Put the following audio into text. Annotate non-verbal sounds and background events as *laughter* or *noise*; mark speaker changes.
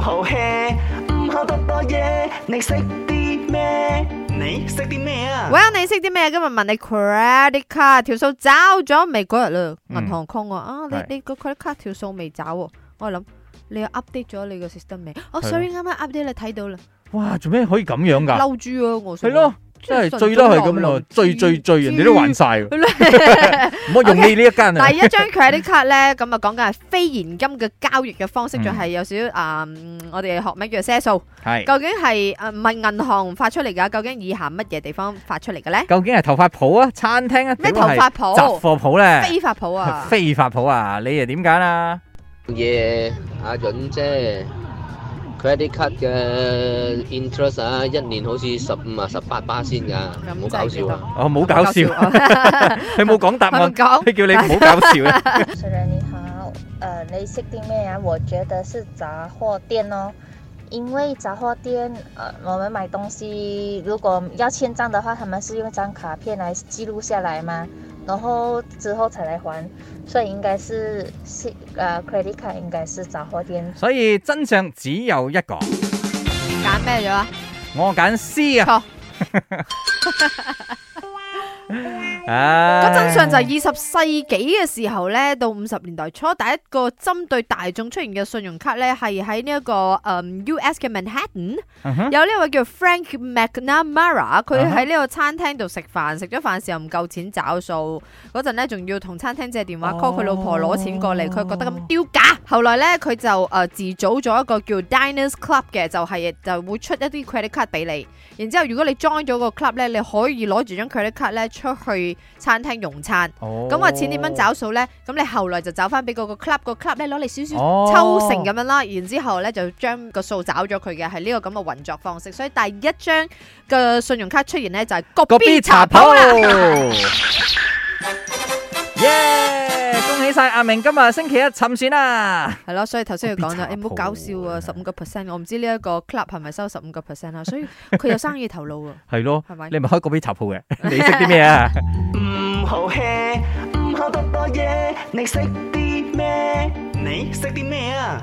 Speaker 1: 好 hea，唔好多多嘢。你識啲咩？你識啲咩啊？
Speaker 2: Well，你識啲咩？今日問你 credit card 條數找咗未嗰日啦，
Speaker 3: 嗯
Speaker 2: 銀行 call 我啊，
Speaker 3: 係
Speaker 2: 你你個 credit card 條數未找喎，我諗你又 update 咗你個 system 未？
Speaker 3: 係
Speaker 2: 哦
Speaker 3: 咯
Speaker 2: ，sorry，啱啱 update 啦，睇到啦，
Speaker 3: 哇，做咩可以咁樣㗎？
Speaker 2: 嬲豬啊，我
Speaker 3: 係咯，真係最嬲係咁咯，最最最，人哋都還晒喎，
Speaker 2: *laughs*
Speaker 3: 唔好用你呢一間啊
Speaker 2: 第！
Speaker 3: *laughs*
Speaker 2: 一張 credit card 咧，咁啊講緊係非現金嘅交易嘅方式，
Speaker 3: 嗯
Speaker 2: 就係有少少啊，嗯我哋學乜嘢些數？
Speaker 3: 係，
Speaker 2: 究竟係誒唔係銀行發出嚟㗎？究竟以下乜嘢地方發出嚟嘅咧？
Speaker 3: 究竟係頭髮鋪啊、餐廳啊，
Speaker 2: 咩
Speaker 3: 定係
Speaker 2: 頭髮
Speaker 3: 雜
Speaker 2: 鋪、
Speaker 3: 貨鋪咧？
Speaker 2: 非法鋪啊？
Speaker 3: 非法鋪啊？你又點揀啊？
Speaker 4: 嘢，阿潤姐，credit card 嘅 interest 啊，一年好似十五啊十八巴先㗎，唔好搞笑啊！
Speaker 3: 哦，冇搞笑， *laughs* 佢冇講答
Speaker 2: 佢
Speaker 3: 案
Speaker 2: 唔，講。
Speaker 3: 佢叫你
Speaker 2: *laughs*
Speaker 3: 唔好搞笑啊！
Speaker 5: 主持人你好，呃，你识的咩啊？我觉得是杂货店哦，因为杂货店，呃，我们买东西如果要签账的话，他们是用一张卡片来记录下来嘛，然后之后才来还，所以应该是是呃 credit card 应该是杂货店
Speaker 3: 所以真相只有一個，
Speaker 2: 揀咩咗啊？
Speaker 3: 我揀 C 啊！ *laughs*
Speaker 2: 錯，
Speaker 3: 唉
Speaker 2: 個真相就係二十世紀嘅時候咧，到五十年代初，第一個針對大眾出現嘅信用卡咧，係喺呢一個誒 U.S. 嘅 Manhattan。
Speaker 3: 嗯哼嗯
Speaker 2: 有呢位叫 Frank McNamara，佢喺呢個餐廳度食飯，食咗飯時候唔夠錢找數，嗰陣咧仲要同餐廳借電
Speaker 3: 哦
Speaker 2: 話 call 佢老婆攞錢過嚟，佢覺得咁丟架。後來咧佢就誒、呃自組咗一個叫 Diners Club 嘅，就係、就會出一啲 credit card 俾你，然之後如果你 join 咗個 club 咧，你可以攞住張 credit card 咧出去餐廳用餐。
Speaker 3: 哦
Speaker 2: 咁啊話錢點樣找數咧？咁你後來就找翻俾嗰個 club，個 club 咧攞嚟少少
Speaker 3: 哦
Speaker 2: 抽成咁樣啦，然之後咧就將個數找咗佢嘅，係呢個咁嘅運作方式。所以第一張嘅信用卡出現咧就係個
Speaker 3: 個
Speaker 2: B
Speaker 3: B
Speaker 2: 茶
Speaker 3: 茶
Speaker 2: 鋪
Speaker 3: 鋪啊
Speaker 2: 啦。
Speaker 3: *laughs* 耶！恭喜晒阿明，今日星期一啊沉船啦！
Speaker 2: 係咯，所以頭先佢講
Speaker 3: 個
Speaker 2: 咗，
Speaker 3: 必
Speaker 2: 你唔好
Speaker 3: 茶鋪
Speaker 2: 搞笑啊，十五個 percent，我唔知呢一個 club 係咪收十五個 percent 啊啦，所以佢有生意頭腦啊，
Speaker 3: 係咯，
Speaker 2: 係咪？
Speaker 3: 你咪開個 B 茶 *laughs* 鋪嘅，你識啲咩啊？
Speaker 1: 唔好 hea，唔好多多嘢。你識啲咩？你識啲咩啊？